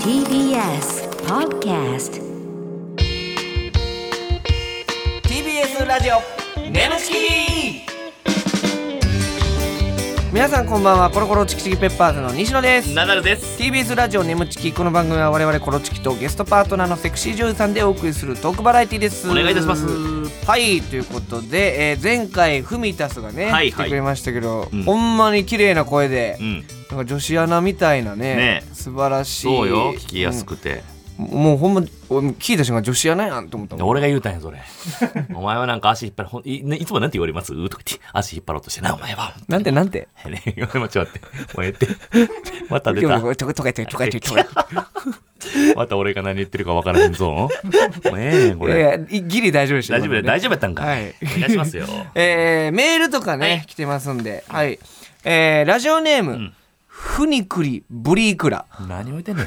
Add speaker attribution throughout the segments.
Speaker 1: TBS Podcast
Speaker 2: TBS ラジオネムチキ皆さんこんばんはコロコロチキチキペッパーズの西野です
Speaker 3: ナダルです。
Speaker 2: TBS ラジオネムチキこの番組は我々コロチキとゲストパートナーのセクシー女優さんでお送りするトークバラエティです
Speaker 3: お願いいたします
Speaker 2: はいということで、えー前回フミタスがね、
Speaker 3: はいはい
Speaker 2: 来てくれましたけど、
Speaker 3: うん
Speaker 2: ほんまに綺麗な声で、
Speaker 3: うん。
Speaker 2: なんか女子アナみたいなね
Speaker 3: ね
Speaker 2: 素晴らしい
Speaker 3: そうよ、聞きやすくて。
Speaker 2: うんもうほんま俺聞いた瞬間女子アナやんと思ったもん
Speaker 3: 俺が言うたんや、それ。お前はなんか足引っ張る、ほんい,、ね、いつもなんて言われますうとか言って、足引っ張ろうとしてな、お前は。
Speaker 2: なんてなんて
Speaker 3: ね、待って待って、もうええって。また出
Speaker 2: 今
Speaker 3: た
Speaker 2: 日。もとかとかとかとかとかと か
Speaker 3: また俺が何言ってるか分からへんぞ。もうええねん、こ
Speaker 2: い
Speaker 3: れ。
Speaker 2: やいやいギリ大丈夫でしょ
Speaker 3: 大丈夫だよ、大
Speaker 2: 丈
Speaker 3: 丈夫やったんか。
Speaker 2: はい
Speaker 3: お願いしますよ。
Speaker 2: えーメールとかね、
Speaker 3: はい
Speaker 2: 来てますんではいえーラジオネーム、
Speaker 3: ん
Speaker 2: ふにくりブリークラ
Speaker 3: 何を言ってんねん。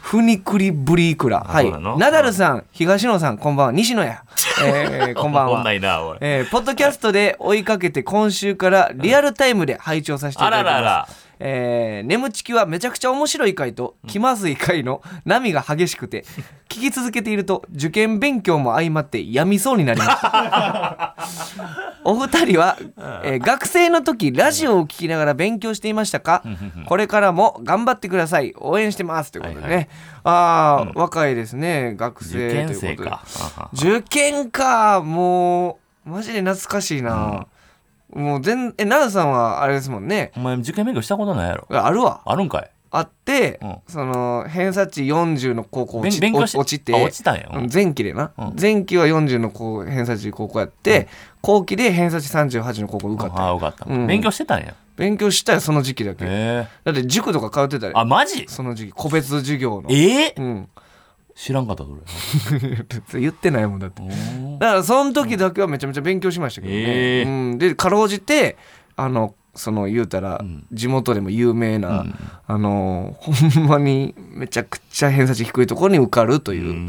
Speaker 2: ふにくりブリークラ
Speaker 3: あ
Speaker 2: は
Speaker 3: そ
Speaker 2: いう
Speaker 3: なの
Speaker 2: ナダルさん東野さんこんばんは西野 や、えーこんばん
Speaker 3: おも
Speaker 2: は
Speaker 3: ないな、おい。
Speaker 2: えーポッドキャストで追いかけて今週からリアルタイムで拝聴させていただいてます。
Speaker 3: あららら
Speaker 2: えー眠ちきはめちゃくちゃ面白い回と気まずい回の波が激しくて、聞き続けていると受験勉強も相まって病みそうになりました。お二人は、えー学生の時ラジオを聞きながら勉強していましたかこれからも頑張ってください。応援してます。ということでね。
Speaker 3: はいは
Speaker 2: ああ、若いですね。学生
Speaker 3: 受
Speaker 2: ということで。
Speaker 3: 験生か。あ
Speaker 2: 受験かもうマジで懐かしいな、もう全え奈良さんはあれですもんね
Speaker 3: お前、受験勉強したことないやろ。
Speaker 2: あるわ
Speaker 3: あるんかい。
Speaker 2: あって、
Speaker 3: うん
Speaker 2: その偏差値40の高校落ち
Speaker 3: 勉勉強し
Speaker 2: 落ちて
Speaker 3: あ落ちたんやうん
Speaker 2: う前期でな、
Speaker 3: うん
Speaker 2: 前期は40の高偏差値高校やって、後期で偏差値38の高校受かった、
Speaker 3: ああ、よかった。
Speaker 2: うん
Speaker 3: 勉強してたんや。
Speaker 2: 勉強したよその時期だけ、
Speaker 3: え
Speaker 2: だ
Speaker 3: え。
Speaker 2: って塾とか通ってたよ
Speaker 3: あ、マジ
Speaker 2: その時期個別授業の
Speaker 3: ええ
Speaker 2: うん
Speaker 3: 知らんかった、それ。
Speaker 2: 言ってないもんだって
Speaker 3: おー
Speaker 2: だからその時だけはめちゃめちゃ勉強しましたけどね、
Speaker 3: えー
Speaker 2: うん、でかろうじてあのその言うたら
Speaker 3: ん
Speaker 2: 地元でも有名な、
Speaker 3: うん
Speaker 2: あのほんまにめちゃくちゃ偏差値低いところに受かるというう、う
Speaker 3: ん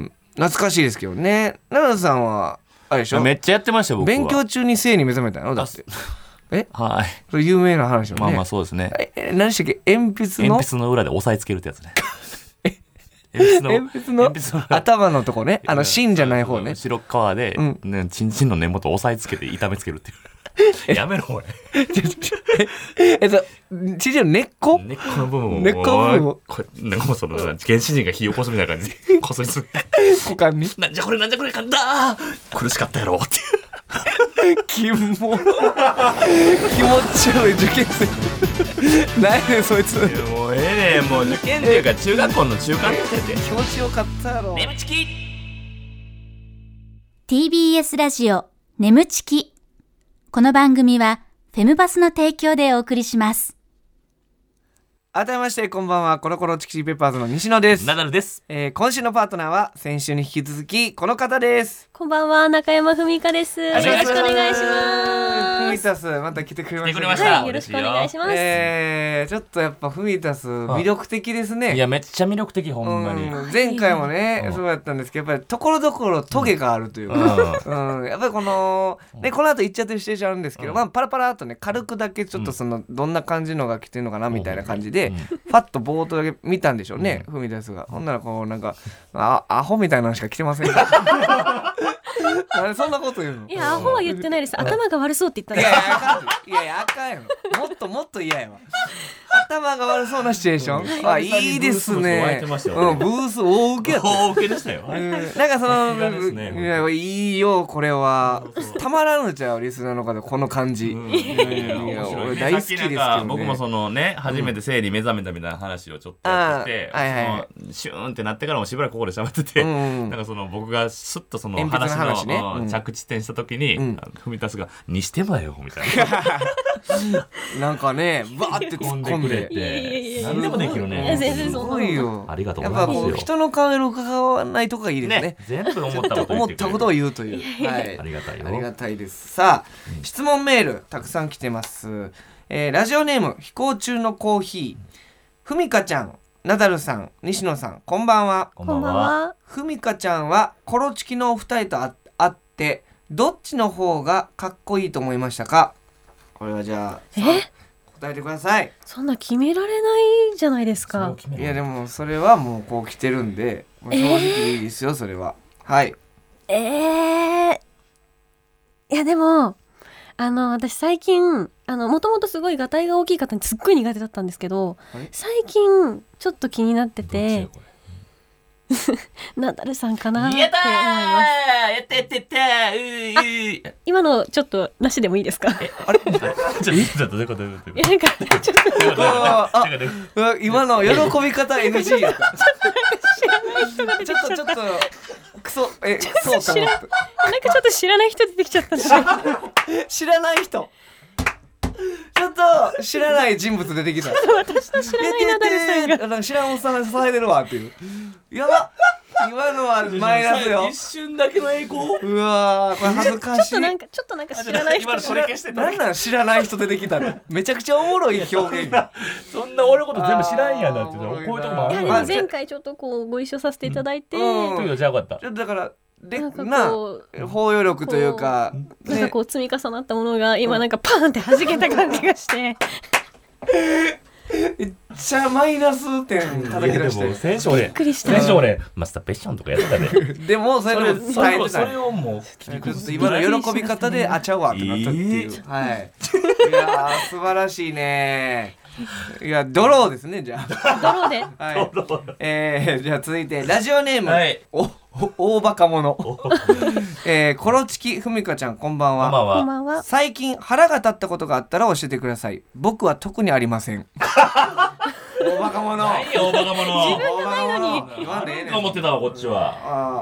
Speaker 2: ん懐かしいですけどね奈良さんはあれでしょ
Speaker 3: めっちゃやってましたよ僕は
Speaker 2: 勉強中に性に目覚めたのだって
Speaker 3: はい、
Speaker 2: それ有名な話よね、
Speaker 3: まあまあそうですね
Speaker 2: ええ何でしたっけ鉛筆の
Speaker 3: 鉛筆の裏で押さえつけるってやつね鉛筆の
Speaker 2: 鉛筆の
Speaker 3: 裏
Speaker 2: 頭のとこねあの芯じゃない方ね
Speaker 3: 白皮で、
Speaker 2: うん
Speaker 3: ね、チンチンの根元を押さえつけて痛めつけるって いうやめろおい
Speaker 2: えっと地上の根っこ
Speaker 3: 根っこの部分を
Speaker 2: 根っこの部分を
Speaker 3: こうなんかもうその原始人が火起こすみたいな感じでこそりつけて
Speaker 2: 股間に
Speaker 3: なんじゃこれなんじゃこれかんだ苦しかったやろって
Speaker 2: キモ 気持ち悪い受験生 何やねんそいつ
Speaker 3: いうもうええねんもう受験っていうか中学校の中間ってて
Speaker 2: 気持ちよかったやろ
Speaker 4: TBS ラジオ眠ちきこの番組はフェムバスの提供でお送りします
Speaker 2: 改めましてこんばんはコロコロチキチキペッパーズの西野です
Speaker 3: ナ、ダルです
Speaker 2: えー、今週のパートナーは先週に引き続きこの方です
Speaker 5: こんばんは、中山文香です。よろしくお願いし
Speaker 2: フミ
Speaker 5: ます。
Speaker 2: タスまた来てくれましたね
Speaker 3: 来てくれまし
Speaker 5: は
Speaker 3: た
Speaker 5: い、よろしくお願いします。
Speaker 2: えー、ちょっとやっぱフミタス魅力的ですね
Speaker 3: いやめっちゃ魅力的ほ
Speaker 2: うん
Speaker 3: まに、
Speaker 2: ん前回もね
Speaker 3: うん
Speaker 2: そうやったんですけどやっぱりところどころトゲがあるというか、
Speaker 3: うん
Speaker 2: うん、やっぱりこの、ね、この後行っちゃってるステージあるんですけど、まあ、パラパラっとね軽くだけちょっとその、どんな感じのが来てるのかなみたいな感じで、ファッとボートだけ見たんでしょうね、ふみですがほんならこうなんかあアホみたいなのしか来てません あれそんなこと言うの
Speaker 5: いや、アホは言ってないです。頭が悪そうって言った
Speaker 2: いやい
Speaker 5: ら。
Speaker 2: やあかんでいやいやあかんやろもっともっと嫌やわ頭が悪そうなシチュエーションあいいですねう
Speaker 3: ブースの人沸いてましたよね
Speaker 2: んブース大受けやったよ
Speaker 3: 大受けでしたよ。
Speaker 2: うんなんかその、
Speaker 3: さすがですね
Speaker 2: いやいいよこれはたまらんのちゃうリスナーの方この感じ、いや俺大好きですけどね
Speaker 3: さっきなんか僕もそのね初めて生理目覚めたみたいな話をちょっとやってて、
Speaker 2: あーはいはい
Speaker 3: そのシューンってなってからもしばらくここで喋ってて、
Speaker 2: うん
Speaker 3: なんかその僕がスッとその
Speaker 2: 鉛筆
Speaker 3: 話
Speaker 2: の
Speaker 3: の
Speaker 2: 話ね
Speaker 3: うん
Speaker 2: うん
Speaker 3: 着地点した時に、
Speaker 2: ん
Speaker 3: 踏み出すが「にしてもだよ」みたいな
Speaker 2: なんかねバーって突っ込んで
Speaker 5: いやいやいやいや
Speaker 3: 何でもできる
Speaker 5: いや
Speaker 3: ね。
Speaker 5: 全然
Speaker 2: す
Speaker 5: そんな
Speaker 2: ご
Speaker 5: の
Speaker 2: いよ
Speaker 3: ありがとう
Speaker 2: や
Speaker 3: ご
Speaker 2: っ
Speaker 3: ざい
Speaker 2: ぱ
Speaker 3: ます
Speaker 2: こう
Speaker 3: よ。
Speaker 2: 人の顔色伺わないとこがいいですね
Speaker 3: ね全部思ったこと
Speaker 2: 思ったことを
Speaker 3: 言って
Speaker 2: 言うという、はい、
Speaker 3: ありがたいよ
Speaker 2: ありがたいですさあ質問メールたくさん来てます、えーラジオネーム飛行中のコーヒーふみかちゃんナダルさん西野さんこんばんは
Speaker 3: くれる。こんば
Speaker 5: こん
Speaker 3: ん
Speaker 5: ばん
Speaker 3: は。
Speaker 5: は。
Speaker 2: ふみかちゃんはコロチキのお二人とあ会ってどっちの方がかっこいいと思いましたかこれはじゃあ
Speaker 5: え
Speaker 2: 答答えてください
Speaker 5: そんな決められないじゃないです
Speaker 6: そう
Speaker 5: か。
Speaker 6: 決め
Speaker 2: い
Speaker 6: る
Speaker 2: やでもそれはもうこう来てるんでもう正直いいですよそれは、はい
Speaker 5: ええー。いやでもあの私最近あのもともとすごいガタイが大きい方にすっごい苦手だったんですけど
Speaker 2: あれ
Speaker 5: 最近ちょっと気になって
Speaker 6: ど
Speaker 5: て
Speaker 6: っちだよこれ
Speaker 5: ナダルさんかなって思い
Speaker 3: やったー
Speaker 5: ます。
Speaker 3: やったやったやったーうーうー
Speaker 5: 今のちょっとなしでもいいですか。い
Speaker 6: ちょっとちょっとどういうことどういうこと
Speaker 5: や なんかちょっと
Speaker 2: ああうわ今の喜び方 NG やったちょっとちょっとクソえそうかも
Speaker 5: なんかちょっと知らない人出てきちゃったんですよ。
Speaker 2: 知らない人ちょっと知らない人物出てきた
Speaker 5: 私の知らないナダルさんが。
Speaker 2: ん知らんおっさん支えてるわっていうやば今のはマイナスよ
Speaker 3: 一瞬だけの栄光
Speaker 2: うわーこれ恥ず
Speaker 5: ちょ
Speaker 2: か
Speaker 5: っ
Speaker 2: し
Speaker 5: と
Speaker 2: い
Speaker 5: なんかちょっとなんか知らない人
Speaker 3: 今の
Speaker 5: が。
Speaker 3: それ消してた
Speaker 2: なんなん知らない人出てきたのめちゃくちゃおもろい表現や
Speaker 3: そんな俺のこと
Speaker 6: 全部知らんやんだって
Speaker 2: あー
Speaker 6: こういうとこもあ
Speaker 5: いや
Speaker 6: る
Speaker 5: で
Speaker 6: よ
Speaker 5: も
Speaker 2: ぜ
Speaker 5: 前回ちょっとこうご一緒させていただいて、
Speaker 2: うん
Speaker 6: というのじゃあよかった
Speaker 2: ちょっとだからで
Speaker 5: なんか
Speaker 2: な
Speaker 5: こ
Speaker 2: 包容力というか
Speaker 5: うなんかこう積み重なったものが今なんかパーンって弾けた感じがして、
Speaker 2: めっちゃマイナス点叩き出し
Speaker 6: いやでも
Speaker 2: て
Speaker 6: 先週俺
Speaker 5: びっくりした
Speaker 6: 先週俺マスターベッションとかやってたで
Speaker 2: でもそ
Speaker 3: そ
Speaker 2: れ
Speaker 3: れ
Speaker 2: でも
Speaker 3: それ
Speaker 2: 伝え
Speaker 3: を
Speaker 2: て
Speaker 3: そ
Speaker 2: た
Speaker 3: れをもう聞
Speaker 2: ちょっと
Speaker 3: く
Speaker 2: 今の喜び方であちゃうわってなったっていう、はいいやー素晴らしいねいやドローですねじゃあ
Speaker 5: ドローで
Speaker 2: はいえー、じゃあ続いてラジオネーム、
Speaker 3: はい
Speaker 2: おお大バカ者えー、コロチキふみかちゃんこんばんは
Speaker 3: ママ
Speaker 5: こ
Speaker 3: は
Speaker 5: んばんは。
Speaker 2: 最近腹が立ったことがあったら教えてください僕は特にありません大バカ者
Speaker 3: いや大バカ者
Speaker 2: 分がないのになんでええねん
Speaker 3: 思ってたわこっちは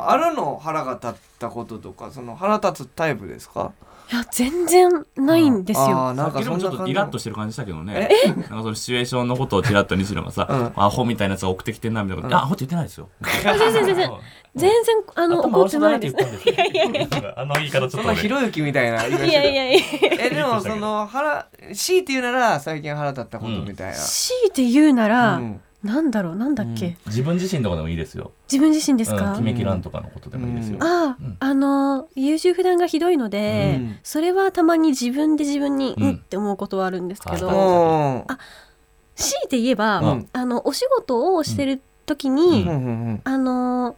Speaker 2: あーあるの腹が立ったこととかその腹立つタイプですか
Speaker 5: いや全然ないんです
Speaker 2: あ
Speaker 5: よ。
Speaker 2: ーな
Speaker 3: なんん
Speaker 2: か
Speaker 3: か
Speaker 2: そ
Speaker 3: そ
Speaker 2: ん
Speaker 3: ち
Speaker 2: な
Speaker 3: ょっ
Speaker 2: 感
Speaker 3: と
Speaker 2: じ
Speaker 3: イラッとしてる感じしたけどねなんかそのシチュエーションのことをちらっと西野がさ
Speaker 2: う
Speaker 3: アホみたいなやつが送ってきてんなみたいなことあアホって言ってないですよ
Speaker 5: あ全然全然全然あの
Speaker 6: 頭
Speaker 5: 怒っ
Speaker 6: 悪
Speaker 5: て
Speaker 6: そうだ
Speaker 5: な
Speaker 6: ないって
Speaker 5: で
Speaker 6: 言っ。たんで
Speaker 5: す
Speaker 6: すよあの言い方ちょ
Speaker 2: そ
Speaker 6: っと
Speaker 2: んな
Speaker 6: 俺
Speaker 2: ひろゆきみたい な言い方し
Speaker 5: い
Speaker 2: て
Speaker 5: や
Speaker 2: る
Speaker 5: いやいや。
Speaker 2: えでもその腹強いて言うなら最近腹立ったことみたい
Speaker 5: 強いて言うな
Speaker 2: な、
Speaker 5: ら、
Speaker 2: うん
Speaker 5: なんだろうなんだっけ、
Speaker 3: 自分自身とかでもいいですよ
Speaker 5: 自分自身です
Speaker 3: うん
Speaker 5: か。
Speaker 3: 決めきらんとかのことでもいいですよ
Speaker 2: う
Speaker 5: ああ、
Speaker 3: うん
Speaker 5: あの優柔不断がひどいので、
Speaker 2: うん
Speaker 5: それはたまに自分で自分に、
Speaker 3: うん
Speaker 5: うんって思うことはあるんですけど、
Speaker 3: うん
Speaker 2: うん
Speaker 5: 強いて言えば、
Speaker 2: うん
Speaker 5: あのお仕事をしてる時
Speaker 2: う
Speaker 5: に、
Speaker 2: んうん
Speaker 5: あの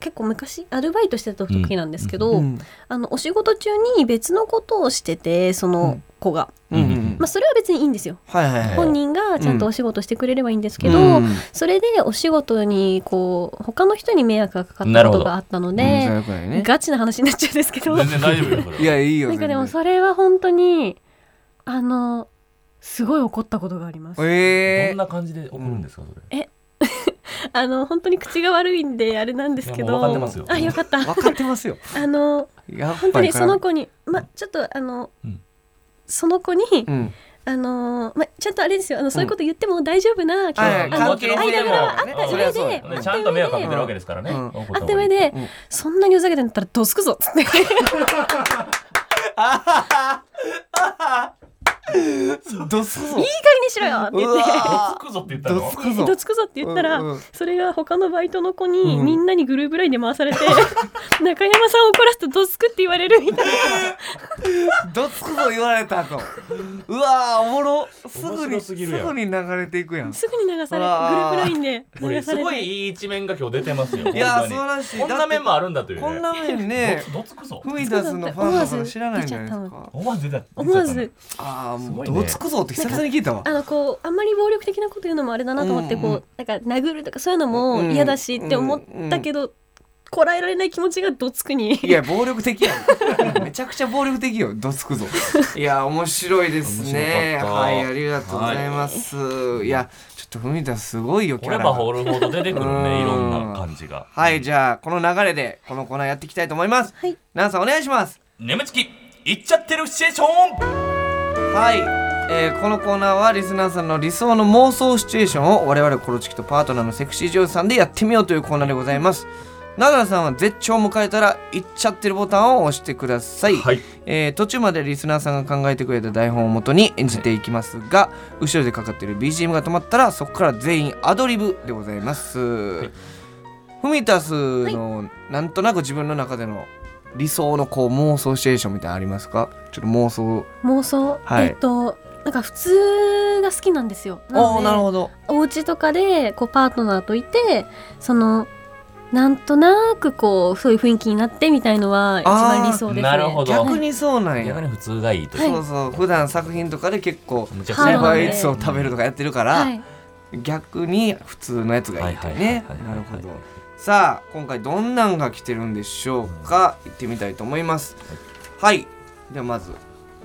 Speaker 5: 結構昔アルバイトしてた時なんですけど、
Speaker 2: うん
Speaker 5: あのお仕事中に別のことをしててその子が、
Speaker 2: うんうん
Speaker 5: まあ、それは別にいいんですよ。
Speaker 2: はいはいはい
Speaker 5: 本人がちゃんとお仕事してくれればいいんですけど、
Speaker 2: うん
Speaker 5: それでお仕事にこう他の人に迷惑がかかった
Speaker 3: なる
Speaker 5: こ
Speaker 3: ほ
Speaker 5: と
Speaker 3: ど
Speaker 5: があったの
Speaker 2: うんそうい
Speaker 5: で、
Speaker 2: うことやね
Speaker 5: ガチな話になっちゃうんですけど
Speaker 3: 全然大丈夫よこれはい
Speaker 2: やいいよ
Speaker 5: なんかでも
Speaker 2: 全
Speaker 5: それは本当にあのすごい怒ったことがあります。
Speaker 2: 然え
Speaker 3: どんな感じで送るんですかそれ
Speaker 5: あの本当に口が悪いんであれなんですけ
Speaker 3: いやも
Speaker 5: ど、
Speaker 3: う分かってますよ
Speaker 5: あよかった
Speaker 2: ー、。分かってますよ
Speaker 5: あの
Speaker 2: やっぱり
Speaker 5: 本当にその子にまちょっとあの、
Speaker 3: うん
Speaker 5: その子に、
Speaker 2: うん
Speaker 5: あのまちゃんとあれですよあのそういうこと言っても大丈夫な、
Speaker 2: はいはい
Speaker 5: あの
Speaker 2: 関係性も
Speaker 5: 間柄はあっ
Speaker 2: ね
Speaker 5: た
Speaker 2: そ
Speaker 5: 上
Speaker 2: れは
Speaker 5: で
Speaker 2: そうよ
Speaker 5: あっ
Speaker 3: ちゃ
Speaker 5: た
Speaker 3: んと
Speaker 5: 上
Speaker 3: 迷惑か
Speaker 5: で
Speaker 3: けてるわけですからね
Speaker 2: うん
Speaker 3: 怒
Speaker 5: あ
Speaker 3: た
Speaker 5: っ
Speaker 3: 方
Speaker 5: た
Speaker 3: がい
Speaker 5: 上
Speaker 3: い
Speaker 5: で、
Speaker 2: うん
Speaker 5: そんなにふざけてんだったらどすくぞっつって。
Speaker 2: どすぞ
Speaker 5: いい加減にしろよって言っ
Speaker 3: ど
Speaker 5: て。
Speaker 2: わ
Speaker 3: つくぞって言った
Speaker 2: ど
Speaker 3: の
Speaker 2: すくぞ
Speaker 5: どつくぞって言ったら、
Speaker 2: うんうん
Speaker 5: それが他のバイトの子に、
Speaker 2: うん
Speaker 5: みんなにグループラインで回されて 中山さんを怒らすとどつくって言われるみたいな
Speaker 2: どつくぞ言われたとうわーおもろすぐ
Speaker 3: 面白
Speaker 2: にす
Speaker 3: す
Speaker 2: ぐ
Speaker 3: ぎるやん
Speaker 2: に流れていくやん
Speaker 5: すぐに流され
Speaker 2: うわー
Speaker 5: てグループラインで
Speaker 3: これ
Speaker 5: 流さ
Speaker 3: す
Speaker 5: れ
Speaker 3: ごい
Speaker 5: て
Speaker 3: いい一面が今日出てますよ
Speaker 2: いや素
Speaker 3: 本当に
Speaker 2: 晴らしい
Speaker 3: こんな面もあるんだというね
Speaker 2: こんな面 ね
Speaker 3: どつくぞ
Speaker 2: フミダスのファンだから知らないんじゃないですか
Speaker 3: 思わず出た
Speaker 5: 思わず
Speaker 2: ああ
Speaker 3: す
Speaker 2: も
Speaker 3: ご
Speaker 2: う
Speaker 3: いね
Speaker 2: どつくぞって久々に聞いたわ
Speaker 5: あのこうあんまり暴力的なこと言うのもあれだなと思って、
Speaker 2: うん
Speaker 5: こうなんか殴るとかそういうのも嫌だしって思ったけど、こらえられない気持ちがどつくに
Speaker 2: いや暴力的やんめちゃくちゃ暴力的よどつくぞいや面白いですね
Speaker 3: 面白かった
Speaker 2: はいありがとうございます、い、やちょっとフミダスすごいよキ
Speaker 3: 掘
Speaker 2: ャラ
Speaker 3: れ
Speaker 2: が
Speaker 3: ば掘るほど出てくる
Speaker 2: うん
Speaker 3: ねいろんな感じが
Speaker 2: はいじゃあこの流れでこのコーナーやっていきたいと思います
Speaker 5: はい
Speaker 2: ナンさんお願いします
Speaker 3: 眠ちき行っちゃってるシチュエーション
Speaker 2: はい、えーこのコーナーはリスナーさんの理想の妄想シチュエーションを我々コロチキとパートナーのセクシー女優さんでやってみようというコーナーでございますナダルさんは絶頂を迎えたら「いっちゃってる」ボタンを押してください、
Speaker 3: はい
Speaker 2: えー途中までリスナーさんが考えてくれた台本をもとに演じていきますが、後ろでかかっている BGM が止まったらそこから全員アドリブでございます、フミタスのなんとなく自分の中での理想のこう妄想シチュエーションみたいなのありますかちょっと妄想
Speaker 5: 妄想、
Speaker 2: はい
Speaker 5: えっとなんか普通が好きなんですよ
Speaker 2: おおなる
Speaker 5: ど
Speaker 2: ほど
Speaker 5: お家とかでこうパートナーといてそのなんとなくこうそういう雰囲気になってみたいのは一番理想ですね
Speaker 6: なるほど
Speaker 2: 逆にそうなんや
Speaker 6: 逆に普通がいいという
Speaker 2: そうそう普段作品とかで結構
Speaker 6: むち
Speaker 2: セ
Speaker 6: ゃくちゃ
Speaker 2: ー
Speaker 5: はい
Speaker 2: バーイーツを食べるとかやってるから、
Speaker 5: はい、
Speaker 2: 逆に普通のやつがいいというね
Speaker 6: はいはい
Speaker 2: な
Speaker 6: はいはい
Speaker 2: るほどさあ今回どんなんが来てるんでしょうか行ってみたいと思いますはいではまず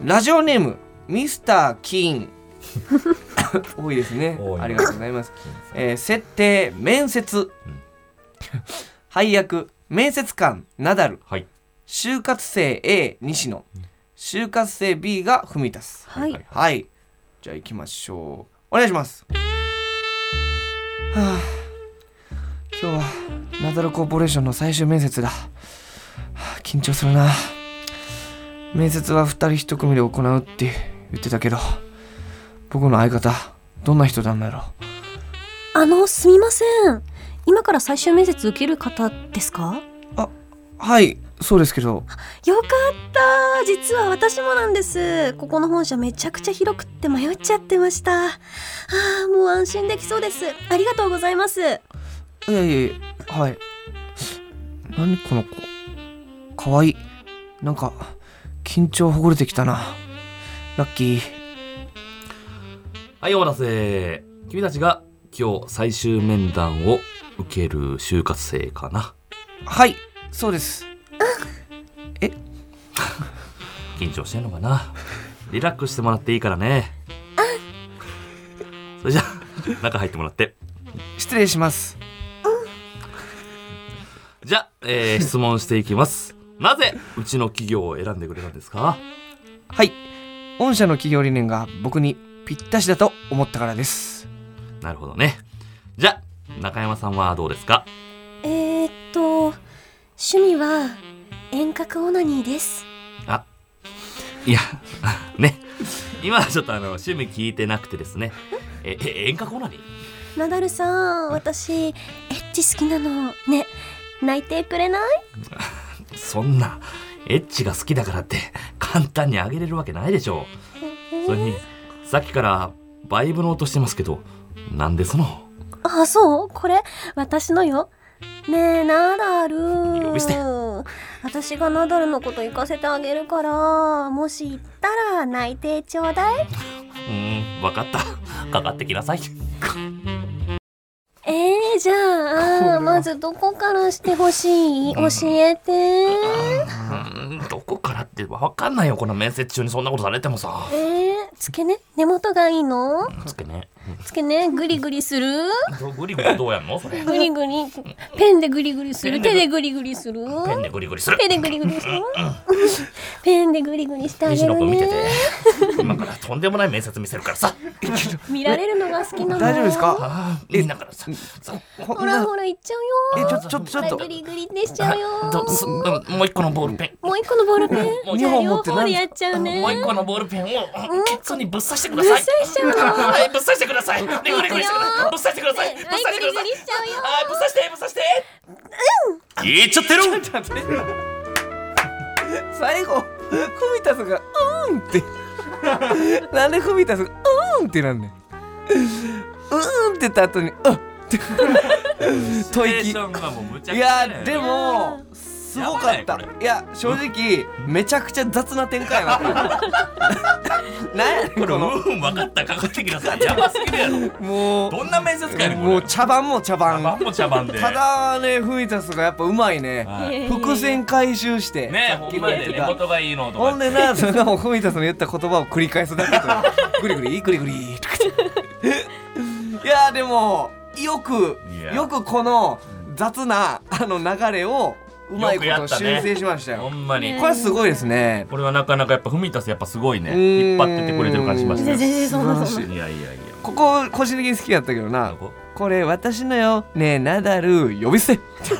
Speaker 2: ラジオネームミスター・キ ーン多いですね
Speaker 6: 多い
Speaker 2: ありがとうございます、えー設定面接、配役面接官ナダル
Speaker 6: はい
Speaker 2: 就活生 A 西野就活生 B が文田す
Speaker 5: はい
Speaker 6: はい
Speaker 2: はい。じゃあ行きましょう。お願いします。はあ、今日はナダルコーポレーションの最終面接だ。はあ緊張するな。面接は2人1組で行うって言ってたけど、僕の相方、どんな人なんだろう。
Speaker 5: あのすみません今から最終面接受ける方ですか
Speaker 2: はい、そうですけど、
Speaker 5: よかった実は私もなんですここの本社めちゃくちゃ広くって迷っちゃってましたああもう安心できそうですありがとうございます
Speaker 2: いやいやいやはい。何この子。かわいい。なんか、緊張ほぐれてきたな。ラッキー。
Speaker 3: はい、お待たせ。君たちが今日最終面談を受ける就活生かな。
Speaker 2: はい、そうです。
Speaker 3: 緊張してんのかな。リラックスしてもらっていいからね。それじゃあ、中入ってもらって。
Speaker 2: 失礼します。
Speaker 3: じゃあ、えー質問していきます。なぜうちの企業を選んでくれたんですか
Speaker 2: はい、御社の企業理念が僕にぴったしだと思ったからです。
Speaker 3: なるほどね。じゃあ、中山さんはどうですか
Speaker 5: えー、っと趣味は遠隔オナニーです
Speaker 3: あ、いや、 ね。今はちょっとあの、趣味聞いてなくてですね。え、え、演歌コーナーに
Speaker 5: ナダルさん私エッチ好きなのね泣いてくれない
Speaker 3: そんな、エッチが好きだからって、簡単にあげれるわけないでしょう。それに、さっきから、バイブの音してますけど、なんですの
Speaker 5: あそうこれ私のよねえナダル
Speaker 3: 呼び捨て
Speaker 5: 私がナダルのこと行かせてあげるからもし行ったら泣いてちょうだいう
Speaker 3: ーん、わかった。かかってきなさい。
Speaker 5: えー、じ
Speaker 2: これ
Speaker 5: ゃ
Speaker 2: は
Speaker 5: あまずどこからしてほしい教えて
Speaker 3: うん、どこからってわかんないよ、この面接中にそんなことされてもさ。
Speaker 5: えー、付け根根元がいいの
Speaker 3: つけね。
Speaker 5: 付け根グリグリする
Speaker 3: グリグリどうやんのそれ。
Speaker 5: グリグリペンでグリグリする
Speaker 3: ペ
Speaker 5: 手
Speaker 3: ンで
Speaker 5: でグリグリする
Speaker 3: ペンでグリグリする。
Speaker 5: 手でグリグリするペンでグリグリしてあげ
Speaker 3: 西野
Speaker 5: る
Speaker 3: 君見てて
Speaker 5: ね。
Speaker 3: 今からとんでもない面接見せるからさ。
Speaker 5: 見られるのが好きなの
Speaker 2: 大丈夫ですか？
Speaker 3: ああ、みんなからさ。さ
Speaker 2: ほ
Speaker 5: ほらほら行っちゃう
Speaker 2: え
Speaker 5: よ
Speaker 2: ちょちょちょっ
Speaker 5: ほ
Speaker 2: と
Speaker 5: らグリグリでしちゃうよ
Speaker 3: どすもう一個のボールペン。
Speaker 5: もう一個のボールペ
Speaker 3: も
Speaker 5: ン
Speaker 3: う
Speaker 5: じゃあ
Speaker 2: 二本持
Speaker 5: 両
Speaker 2: って
Speaker 5: 方でやっちゃうね
Speaker 3: もう一個のボールペンをケツにぶっ刺してく
Speaker 5: ぶ
Speaker 3: だ
Speaker 5: っ
Speaker 3: さ
Speaker 5: 刺
Speaker 3: い
Speaker 5: し。ちゃうの
Speaker 3: はい、ぶっ刺してください。ねぐりぐりしてください。ぶっ刺してください。ぶっ
Speaker 5: は
Speaker 3: 刺
Speaker 5: い
Speaker 3: して
Speaker 5: グ
Speaker 3: くだ
Speaker 5: リグ
Speaker 3: さい
Speaker 5: リ。しちゃうよ
Speaker 3: はい、ぶっ刺して、ぶっ刺して。うん。言っちゃってる。
Speaker 2: 最後、フミタスがうーんって、 なんでフミタスがうーんってなんねん。うーんって言った後に、あっって吐息。
Speaker 3: ンがもうむち
Speaker 2: いやでもすごかった
Speaker 3: やばない
Speaker 2: や正直めちゃくちゃ雑な展開やななんやねん
Speaker 3: こ
Speaker 2: こ
Speaker 3: れ
Speaker 2: の
Speaker 3: うん分かったかかってきなさいやばすぎるやろ
Speaker 2: も
Speaker 6: どんな面接会
Speaker 2: う
Speaker 6: に
Speaker 2: もう茶番も茶番
Speaker 6: バンも茶番で
Speaker 2: ただねフミタスがやっぱうまいね
Speaker 6: はい
Speaker 2: 伏線回収して
Speaker 6: ねえ
Speaker 2: さっ
Speaker 6: ほ
Speaker 2: き
Speaker 6: ん
Speaker 2: も
Speaker 6: ま
Speaker 2: 言っ
Speaker 6: に
Speaker 2: て
Speaker 6: ね
Speaker 2: た
Speaker 6: 言がいいのと
Speaker 2: ほ
Speaker 6: か
Speaker 2: んでなそれがもうフミタスの言った言葉を繰り返すだけと いうグリグリグリグリとか言っていやでもよく
Speaker 6: いや
Speaker 2: よくこの雑なあの流れをうまいこ
Speaker 6: よくや
Speaker 2: と
Speaker 6: ったね
Speaker 2: 修正しましたよ
Speaker 6: ほんまに
Speaker 2: これすごいですね。
Speaker 6: これはなかなかやっぱフミタスやっぱすごいね
Speaker 2: うーん
Speaker 6: 引っ張ってってくれてる感じしました
Speaker 5: 全
Speaker 6: よ
Speaker 5: 然そんなそん
Speaker 2: 素晴
Speaker 5: な
Speaker 2: らし
Speaker 6: いやいやいや
Speaker 2: ここ個人的に好きだったけどな。これ私のよ。ねえナダル呼び捨て。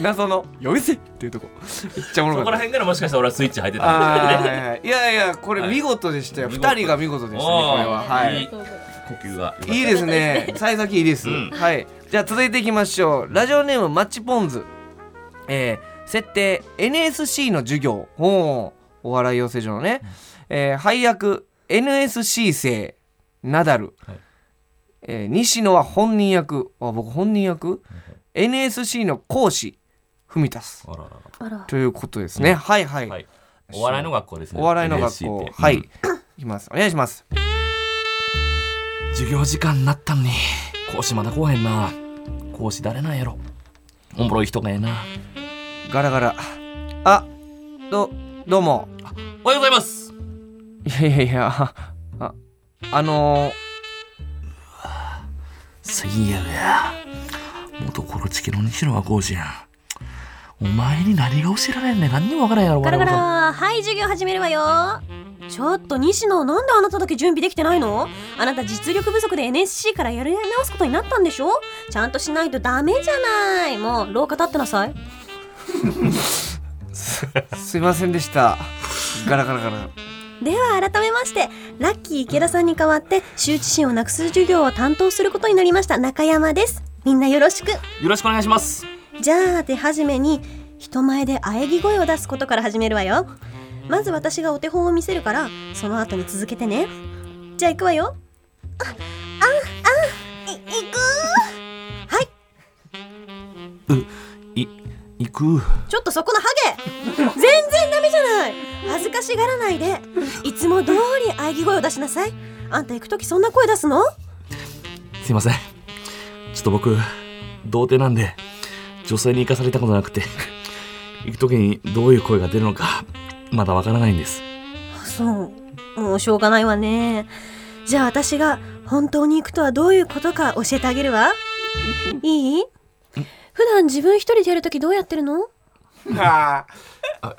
Speaker 2: 謎の呼び捨てっていうとこ。めっちゃおも
Speaker 6: そ
Speaker 2: ろ
Speaker 6: こら
Speaker 2: かった。
Speaker 6: 辺からもしかしたら俺はスイッチ入ってたん
Speaker 2: あーはいはいいやいやこれ見事でしたよ。
Speaker 6: はい
Speaker 2: 二人が見事でしたねこれは。はいい。
Speaker 6: い呼吸が
Speaker 2: いいですね。幸先いいです。
Speaker 6: うん
Speaker 2: はい。じゃあ続いていきましょう。ラジオネームマッチポンズ。えー、設定 NSC の授業。ほうお笑い養成所のね。えー配役 NSC 生ナダル、
Speaker 6: はい
Speaker 2: えー西野は本人役あ僕本人役 NSC の講師文田す
Speaker 6: あらら
Speaker 5: あら
Speaker 2: ということですね、はいはい、
Speaker 6: らはいお笑いの学校ですね
Speaker 2: お笑いの学
Speaker 6: NSC っ
Speaker 2: 校
Speaker 6: て
Speaker 2: はい、
Speaker 6: うん
Speaker 2: いきますお願いします
Speaker 3: 授業時間になったのに講師まだ来へんな講師誰なんやろおもろい人がええな
Speaker 2: ガラガラあどどうも
Speaker 6: おはようございます
Speaker 2: いやいやいやあああのー
Speaker 3: 最悪や元コロチキの西野は講師やお前に何が教えられんねん何にもわからんやろ
Speaker 5: ガラガ
Speaker 3: 我々は
Speaker 5: ラはい授業始めるわよちょっと西野なんであなただけ準備できてないのあなた実力不足で NSC からやり直すことになったんでしょちゃんとしないとダメじゃないもう廊下立ってなさい
Speaker 2: すいませんでしたガラガラガラ
Speaker 5: では改めましてラッキー池田さんに代わって羞恥心をなくす授業を担当することになりました中山ですみんなよろしく
Speaker 3: よろしくお願いします
Speaker 5: じゃあ手始めに人前で喘ぎ声を出すことから始めるわよまず私がお手本を見せるからその後に続けてねじゃあ行くわよあああい行く
Speaker 3: い行く
Speaker 5: ちょっとそこのハゲ全然ダメじゃない恥ずかしがらないでいつも通り喘ぎ声を出しなさいあんた行く時そんな声出すの
Speaker 3: すいませんちょっと僕童貞なんで女性に行かされたことなくて行く時にどういう声が出るのかまだわからないんです
Speaker 5: そうもうしょうがないわねじゃあ私が本当に行くとはどういうことか教えてあげるわいい普段自分一人でやるときどうやってるの
Speaker 3: あ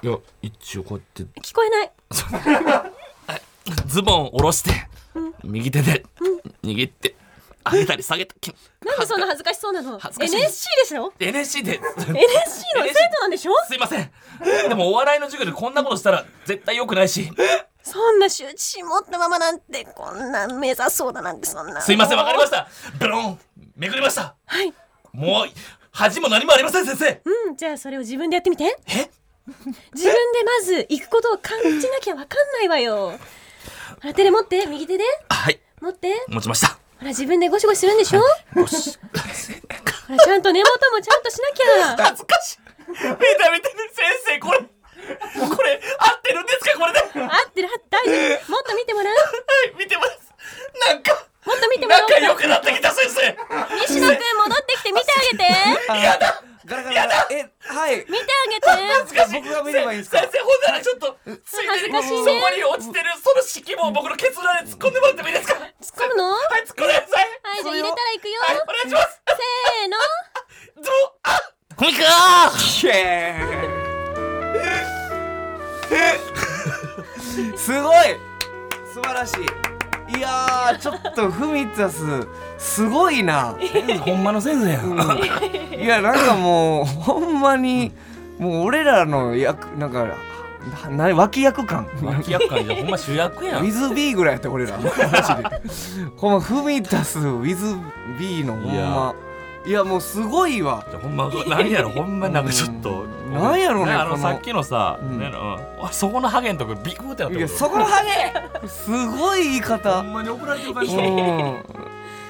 Speaker 3: いや一応こうやって
Speaker 5: 聞こえない
Speaker 3: ズボン下ろして右手で握って上げたり下げたき
Speaker 5: なんでそん な恥ずかしそうなの
Speaker 3: 恥ずかしい
Speaker 5: NSC でしょ
Speaker 3: NSC で
Speaker 5: NSC の生徒なんでしょ
Speaker 3: すいませんでもお笑いの授業でこんなことしたら絶対良くないし
Speaker 5: そんな羞恥心持ったままなんてこんな目指そうだなんてそんな
Speaker 3: すいませんわかりま
Speaker 5: ま
Speaker 3: したブロンめくりました
Speaker 5: はい
Speaker 3: もう恥も何もありません先生
Speaker 5: うんじゃあそれを自分でやってみて
Speaker 3: え
Speaker 5: 自分でまず行くことを感じなきゃわかんないわよほら手で持って右手で
Speaker 3: あはい
Speaker 5: 持って
Speaker 3: 持ちました
Speaker 5: ほら自分でゴシゴシするんでしょ
Speaker 3: よし
Speaker 5: ほらちゃんと根元もちゃんとしなきゃ
Speaker 3: 恥ずかしい見た見た先生これこれ合ってるんですかこれでは
Speaker 5: 合ってる合って大丈夫もっと見てもらう
Speaker 3: い見てますなんか
Speaker 5: もっと見てもらおう
Speaker 3: 仲良くなってきた先生
Speaker 5: 西野くん戻ってきて見てあげて
Speaker 2: やだガラガラガラえはい
Speaker 5: 見てあげて
Speaker 2: 僕が見ればいいんですか
Speaker 3: 先生ほんならちょっとついてる
Speaker 5: 恥ずかしいね
Speaker 3: そこに落ちてるその式も僕のケツ裏で突っ込んでもらってもいいですかはい
Speaker 5: 突っ込むの
Speaker 3: 突
Speaker 5: は
Speaker 3: っ込んでください
Speaker 5: いじゃあ入れたら行くよ
Speaker 3: はいお願いします
Speaker 5: せーの
Speaker 3: どうあコミカ
Speaker 2: イエーイすごい素晴らしいいやーちょっとフミタスすごいな、
Speaker 3: ほんまの先生やん
Speaker 2: うんいやなんかもうほんまにもう俺らの役なんかなな脇役感
Speaker 6: 脇役感じゃほんま主役や
Speaker 2: ウィズ B ぐらいやった 俺らマジでほんまフミタスウィズ B のほん
Speaker 6: い
Speaker 2: ま
Speaker 6: や
Speaker 2: いやもうすごいわ
Speaker 6: ほんま何やろほんまなんかちょっと
Speaker 2: うんなんやろね
Speaker 6: あの
Speaker 2: この
Speaker 6: さっきのさ
Speaker 2: うん
Speaker 6: ねうんあそこのハゲんとこビクってなっ
Speaker 2: い
Speaker 6: て
Speaker 2: やそこハゲすごい言い
Speaker 6: ほ
Speaker 2: 方
Speaker 6: んまに怒られてる感じ
Speaker 2: うん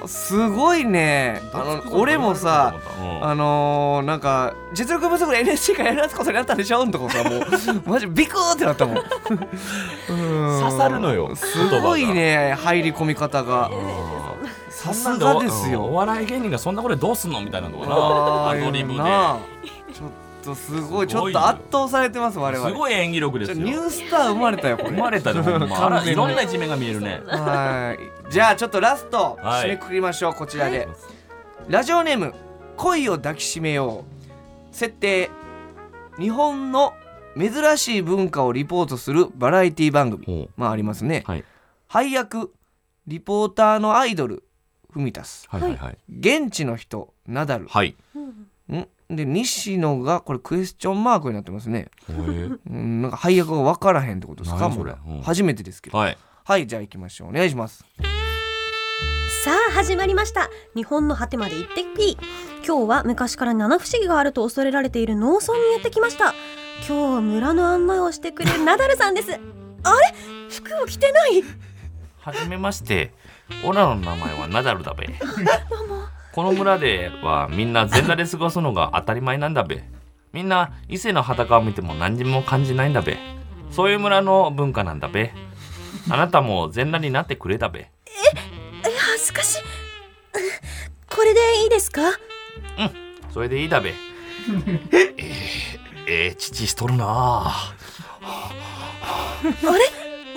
Speaker 2: すごいね あの俺もさあのー、なんか実力不足で NSC からやらすことになったんでしょんとかさも うマジビクーってなったもんうん
Speaker 6: 刺さるのよ
Speaker 2: すごいね入り込み方がさすがです
Speaker 6: お
Speaker 2: よ
Speaker 6: 笑い芸人がそんなことでどうすんのみたいなのかな
Speaker 2: あ
Speaker 6: ア
Speaker 2: ー
Speaker 6: ドリブで
Speaker 2: なあちょっとすごいち
Speaker 6: すご
Speaker 2: ょっ
Speaker 6: いよ
Speaker 2: と圧倒されてます我々
Speaker 6: すごい演技力で
Speaker 2: ちょ
Speaker 6: す
Speaker 2: ニュ
Speaker 6: よ
Speaker 2: ースター生まれたよこれ
Speaker 6: 生まれたでほんまあ
Speaker 2: 完
Speaker 6: ら
Speaker 2: 全に
Speaker 6: いろんな一面が見えるね
Speaker 2: はいじゃあちょっとラスト
Speaker 6: はい
Speaker 2: 締めくくりましょうこちらで、ラジオネーム「恋を抱きしめよう」設定日本の珍しい文化をリポートするバラエティ番組
Speaker 6: ほう
Speaker 2: まあありますね、
Speaker 6: はい
Speaker 2: 配役リポーターのアイドルフミタス
Speaker 6: はいはいはい
Speaker 2: 現地の人ナダル、
Speaker 6: はい
Speaker 2: んで西野がこれクエスチョンマークになってますね
Speaker 6: へー
Speaker 2: うんなんか配役が分からへんってことですか
Speaker 6: 何それ
Speaker 2: も
Speaker 6: うん
Speaker 2: 初めてですけど
Speaker 6: はい
Speaker 2: はいじゃあ行きましょうお願いします
Speaker 5: さあ始まりました日本の果てまで行ってき今日は昔から七不思議があると恐れられている農村にやってきました今日は村の案内をしてくれるナダルさんですあれ服を着てない
Speaker 3: はじめましてオラの名前はナダルだべこの村ではみんな全裸で過ごすのが当たり前なんだべみんな伊勢の裸を見ても何にも感じないんだべそういう村の文化なんだべあなたも全裸になってくれだべ
Speaker 5: 恥ずかしいこれでいいですか
Speaker 3: それでいいだべえー、えー、父しとるなあ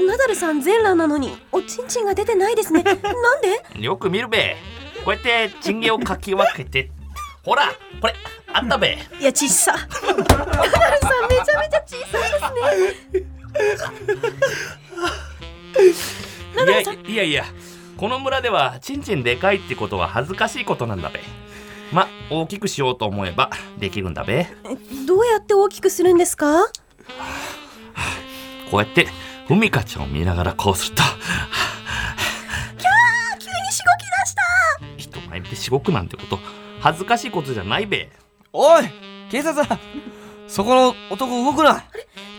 Speaker 5: ナダルさん全裸なのにおちんちんが出てないですねなんで
Speaker 3: よく見るべこうやってチンゲをかき分けてほらこれあったべ
Speaker 5: いやちっさナダルさんめちゃめちゃ小さ
Speaker 3: いや
Speaker 5: い
Speaker 3: いやいやこの村ではチンチンでかいってことは恥ずかしいことなんだべま大きくしようと思えばできるんだべ
Speaker 5: どうやって大きくするんですか
Speaker 3: こうやってふみかちゃんを見ながらこうすると
Speaker 5: 急にしごき出し
Speaker 3: 人
Speaker 5: た
Speaker 3: 前でしごくなんてこと恥ずかしいことじゃないべ
Speaker 2: おい警察だそこの男動くな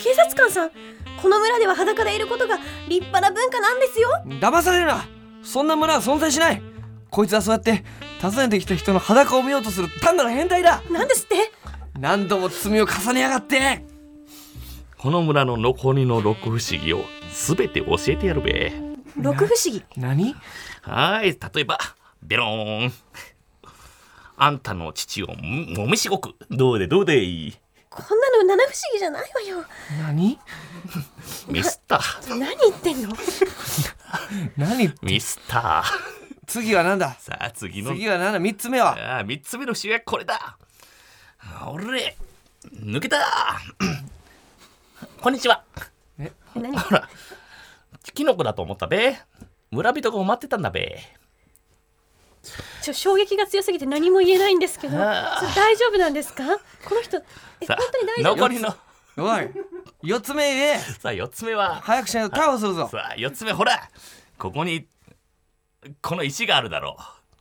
Speaker 5: 警察官さんこの村では裸でいることが立派な文化なんですよ
Speaker 2: 騙されるなそんな村は存在しないこいつはそうやって訪ねてきた人の裸を見ようとする単なる変態だ
Speaker 5: なんですって
Speaker 2: 何度も罪を重ねやがって
Speaker 3: この村の残りの六不思議を全て教えてやるべ
Speaker 5: 六不思議
Speaker 2: 何
Speaker 3: はーい例えばベローンあんたの父をもみしごくどうでどうでいい
Speaker 5: こんなの七不思議じゃないわよ
Speaker 2: 何
Speaker 3: ミスター
Speaker 5: 何言ってんの
Speaker 2: 何
Speaker 3: ミスター
Speaker 2: 次は何だ
Speaker 3: さあ次の
Speaker 2: 次は何だ3つ目は
Speaker 3: ああ、三つ目の主役これだ。あ俺、抜けた。こんにちは。
Speaker 5: 何
Speaker 3: ほら、キノコだと思ったべ。村人が待ってたんだべ。
Speaker 5: ちょ衝撃が強すぎて何も言えないんですけどそれ
Speaker 3: あー
Speaker 5: 大丈夫なんですかこの人え
Speaker 3: さ
Speaker 5: 本当に
Speaker 3: あ、
Speaker 5: 大丈夫
Speaker 3: 残りの、
Speaker 2: おい4つ目言え
Speaker 3: さあ、四つ目は、
Speaker 2: 早くしないと逮捕するぞ
Speaker 3: さあ、四つ目、ほら、ここに、この石があるだろ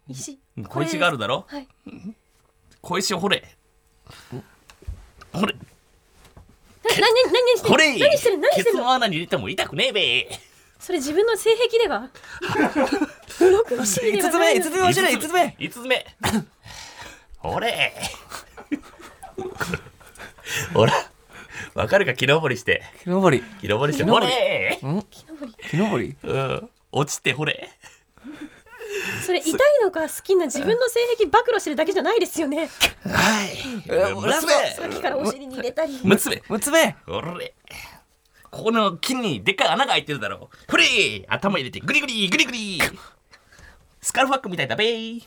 Speaker 5: 石
Speaker 3: う。小石があるだろ
Speaker 5: はい
Speaker 3: 小石を掘れ。掘れ、
Speaker 5: な何何何して
Speaker 3: 掘れ
Speaker 5: る何してる何し
Speaker 3: ケ
Speaker 5: て
Speaker 3: ツ
Speaker 5: るの
Speaker 3: の穴に入れても痛くねえべ。
Speaker 5: それ自分の性癖 では六不思議で
Speaker 2: 5
Speaker 5: は
Speaker 2: つ
Speaker 5: な
Speaker 2: 目
Speaker 5: い
Speaker 2: 5
Speaker 5: の
Speaker 2: つ目教えろ5つ目
Speaker 3: 五つ目ほれほらわかるか木登りして
Speaker 2: 木登り
Speaker 3: 木登りしてほれ
Speaker 2: 木登り
Speaker 3: うん落ちてほれ
Speaker 5: それ痛いのか好きな自分の性癖暴露してるだけじゃないですよね
Speaker 3: はい
Speaker 2: ラスト
Speaker 5: さっきからお尻に入れたり
Speaker 3: 六つ目
Speaker 2: 6つ目
Speaker 3: ほれここの木にでっかい穴が開いてるだろほれ頭入れてグリグリグリグリスカルファックみたいだべー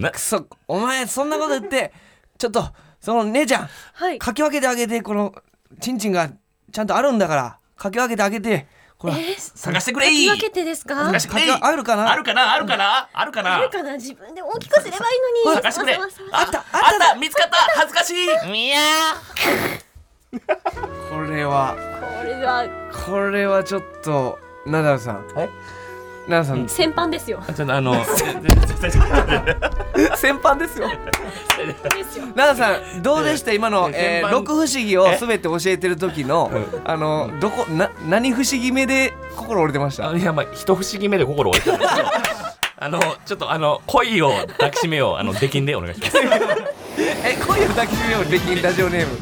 Speaker 3: な
Speaker 2: くそお前そんなこと言ってちょっとその姉ちゃん
Speaker 5: はい
Speaker 2: かき分けてあげてこのチンチンがちゃんとあるんだからかき分けてあげてほら
Speaker 5: えー
Speaker 3: 探してくれ
Speaker 5: かき
Speaker 3: ー
Speaker 5: 分けてですか
Speaker 3: 探してくれ
Speaker 2: かき分あるかな
Speaker 3: あるかなあるかなあるかな
Speaker 5: あるかな自分で大きくすればいいのに
Speaker 3: 探してくれ
Speaker 5: わざわざ
Speaker 3: あったあった見つかった恥ずかしいいや
Speaker 2: これは
Speaker 5: これは
Speaker 2: これはちょっとナダルさん
Speaker 3: え
Speaker 2: ナダルさん
Speaker 5: 先般ですよ
Speaker 3: ちょっとあ の
Speaker 2: 先般ですよ
Speaker 5: ですよ
Speaker 2: ナダルさんどうでした今の、
Speaker 3: え
Speaker 2: えー
Speaker 3: 先般
Speaker 2: 六不思議を全て教えてる時のあのどこな何不思議目で心折れてました
Speaker 3: いやまあ一不思議目で心折 れてるんですけどあのちょっとあの恋を抱きしめようあの出禁でお願いし ます
Speaker 2: えこういう抱きしめようできんラジオネーム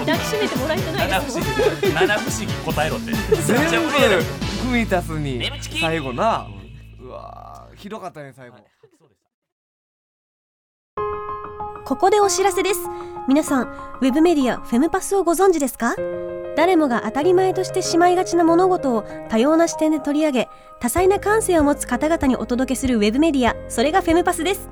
Speaker 5: 抱きしめてもらいたない
Speaker 3: 七
Speaker 5: で
Speaker 3: 不
Speaker 5: す
Speaker 3: 思
Speaker 5: もん
Speaker 3: 議七不思議答えろって
Speaker 2: 全
Speaker 3: めっちゃ無理やな
Speaker 2: 部組み足すに
Speaker 3: 眠ちき
Speaker 2: 最後なうわーひどかったね最後
Speaker 5: ここでお知らせです皆さんウェブメディアフェムパスをご存知ですか誰もが当たり前としてしまいがちな物事を多様な視点で取り上げ多彩な感性を持つ方々にお届けするウェブメディアそれがフェムパスです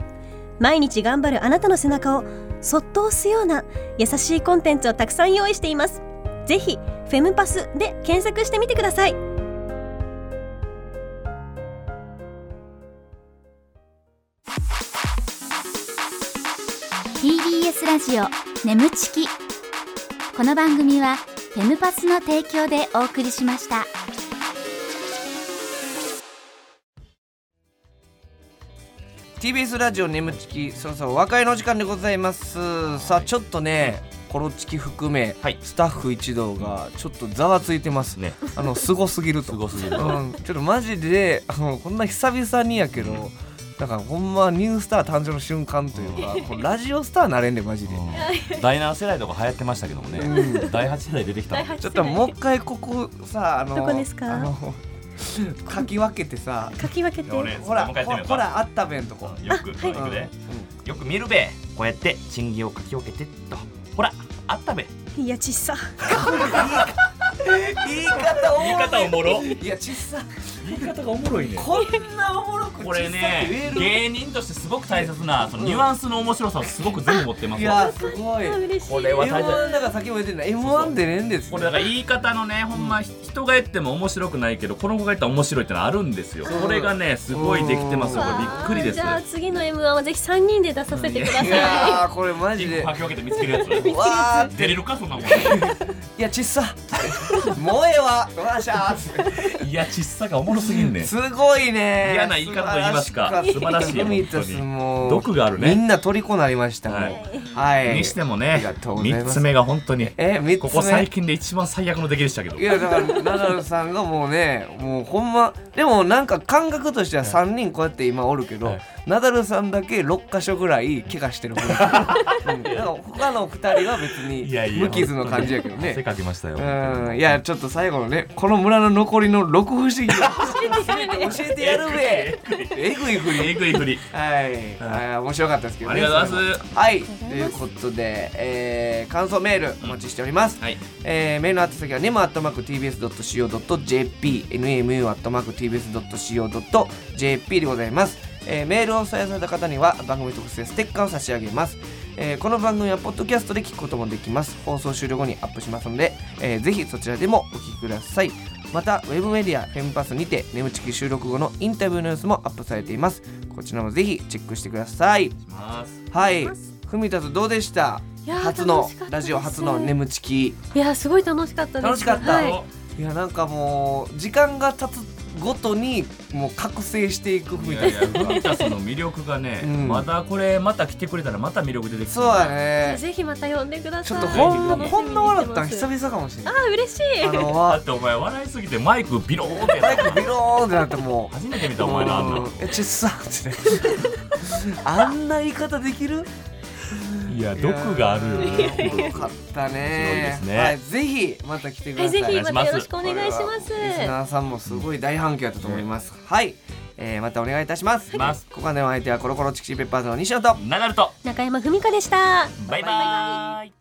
Speaker 5: 毎日頑張るあなたの背中をそっと押すような優しいコンテンツをたくさん用意していますぜひフェムパスで検索してみてください
Speaker 4: ー TBS ラジオ眠ちきこの番組はフェムパスの提供でお送りしました
Speaker 2: TBS ラジオ眠ちきそろそろお別れの時間でございますさあちょっとねコロチキ含め、
Speaker 7: はい
Speaker 2: スタッフ一同がちょっとざわついてます
Speaker 7: ね
Speaker 2: あのすごすぎる
Speaker 7: す
Speaker 2: と
Speaker 7: ごすぎる
Speaker 2: うん、ちょっとマジであのこんな久々にやけど、なんかほんまニュースター誕生の瞬間というか、こうラジオスターなれんでマジで、
Speaker 3: 第7世代とか流行ってましたけどもね、第8世代出てきたの
Speaker 5: 第
Speaker 2: ちょっともう一回ここさあの
Speaker 5: どこですか
Speaker 2: あのかき分けてさ
Speaker 5: 書き分けて
Speaker 7: 俺
Speaker 2: ほら
Speaker 7: もう
Speaker 2: ほ
Speaker 7: 一回やってみようか
Speaker 2: ほらあったべんとこ、
Speaker 7: よくこれいくで
Speaker 2: う
Speaker 7: よく見るべこうやって賃金を書き分けてっとほらあったべ
Speaker 5: いやちっさ
Speaker 2: ん言い方おもろい
Speaker 7: もろ
Speaker 2: いやちっさ
Speaker 3: 言い方がおもろいね
Speaker 2: こんなおもろく
Speaker 3: これ
Speaker 2: ちっさく言え
Speaker 3: ね
Speaker 2: る
Speaker 3: 芸人としてすごく大切なそのニュアンスの面白さをすごく全部持ってま
Speaker 2: い
Speaker 3: すわ
Speaker 2: やすごい
Speaker 5: 嬉しい
Speaker 7: これは大
Speaker 2: M1
Speaker 7: 切
Speaker 2: だから先も言ってんだ M1 でねんです
Speaker 3: これだから言い方のねほんま人が言っても面白くないけどこの子が言ったら面白いってのはあるんですよ
Speaker 2: そう
Speaker 3: これがねすごいできてますよこれびっくりです
Speaker 5: じゃあ次の M1 はぜひ3人で出させてください
Speaker 2: いやーこれマジ
Speaker 3: 人
Speaker 2: で
Speaker 3: 口
Speaker 2: わ
Speaker 3: き分けて見つけるや つ
Speaker 2: ーって
Speaker 3: 出れるかそんなもん
Speaker 2: いやちっさ もうええわわーしゃー
Speaker 3: いやちっさがおもろすぎんねん
Speaker 2: すごいね
Speaker 3: 嫌な言い方と言いますか素晴らしい
Speaker 2: ミタスもう
Speaker 3: 毒があるね
Speaker 2: みんな虜になりましたもん
Speaker 3: は
Speaker 2: はいい、
Speaker 3: にしても
Speaker 2: あ
Speaker 3: ね
Speaker 2: りがとうございま
Speaker 3: 3
Speaker 2: す
Speaker 3: つ目が本当に
Speaker 2: え三つ目
Speaker 3: ここ最近で一番最悪の出来でしたけど
Speaker 2: いやだからナダルさんがもうねもうほんまでもなんか感覚としては3人こうやって今おるけど、
Speaker 3: はい
Speaker 2: ナダルさんだけ6箇所ぐらい怪我してる、う ん、だから他の2人は別
Speaker 3: いやい
Speaker 2: に
Speaker 3: や
Speaker 2: 無傷の感じやけどね
Speaker 3: 汗かきましたよ
Speaker 2: うんいやちょっと最後のねこの村の残りの6不思 議を教えてやるべえぐいふ
Speaker 3: え
Speaker 2: り
Speaker 3: ぐいふり
Speaker 2: はい、あー面白かったですけど、ね、
Speaker 3: ありがとうございます
Speaker 2: それもはいということで、えー、感想メールお待ちしております、
Speaker 3: はい
Speaker 2: えーメールの宛先は nemu.tbs.co.jp nemu.tbs.co.jp でございます、えーメールを採用された方には番組特製ステッカーを差し上げます、えーこの番組はポッドキャストで聞くこともできます放送終了後にアップしますので、えーぜひそちらでもお聞きくださいまたウェブメディアフェムパスにて眠チキ収録後のインタビューの様子もアップされていますこちらもぜひチェックしてくださいはいふみたつどうでした
Speaker 5: いやー
Speaker 2: 初の
Speaker 5: 楽しかったです
Speaker 2: ラジオ初の眠チキ
Speaker 5: いやすごい楽しかったです
Speaker 2: 楽しかった
Speaker 5: はい、
Speaker 2: いやなんかもう時間が経つごとにもう覚醒していく
Speaker 3: い
Speaker 2: みた
Speaker 3: や
Speaker 2: い
Speaker 3: い
Speaker 2: な
Speaker 3: やフミタスの魅力がね、
Speaker 2: うん
Speaker 3: またこれまた来てくれたらまた魅力出てきて
Speaker 2: そうだね
Speaker 5: ぜひまた呼んでくだ
Speaker 2: ち
Speaker 5: さ
Speaker 2: ょ
Speaker 5: い
Speaker 2: っとほんま
Speaker 5: 楽し
Speaker 2: こ
Speaker 5: みに
Speaker 2: ん
Speaker 5: し
Speaker 2: な笑ったん久
Speaker 5: てます
Speaker 2: 々かもしれない
Speaker 5: あ嬉し
Speaker 2: あ
Speaker 5: い
Speaker 2: の
Speaker 3: だっ
Speaker 2: わ
Speaker 3: てお前笑いすぎてマイクビローンって
Speaker 2: マイクビローンってなってもう
Speaker 3: 初めて見たお前のあんな
Speaker 2: うんえちっさってねあんな言い方できる
Speaker 3: いや毒があるよ
Speaker 2: いやーよかったね
Speaker 3: すごいですね
Speaker 2: はいぜひまた来てくだ
Speaker 5: は
Speaker 2: さ
Speaker 5: い
Speaker 2: い
Speaker 5: ぜひ
Speaker 3: 願いした
Speaker 5: ま
Speaker 3: ます
Speaker 5: よろしくお願いしま
Speaker 2: これはリス
Speaker 5: す
Speaker 2: ナーさんもすごい大反響だったと思います、はい、えー、またお願いいたします
Speaker 3: はい
Speaker 2: ここまでのお相手はコロコロチキチキペッパーズの西野と
Speaker 3: ナダルと
Speaker 5: 中山文香でした
Speaker 3: バイバーイ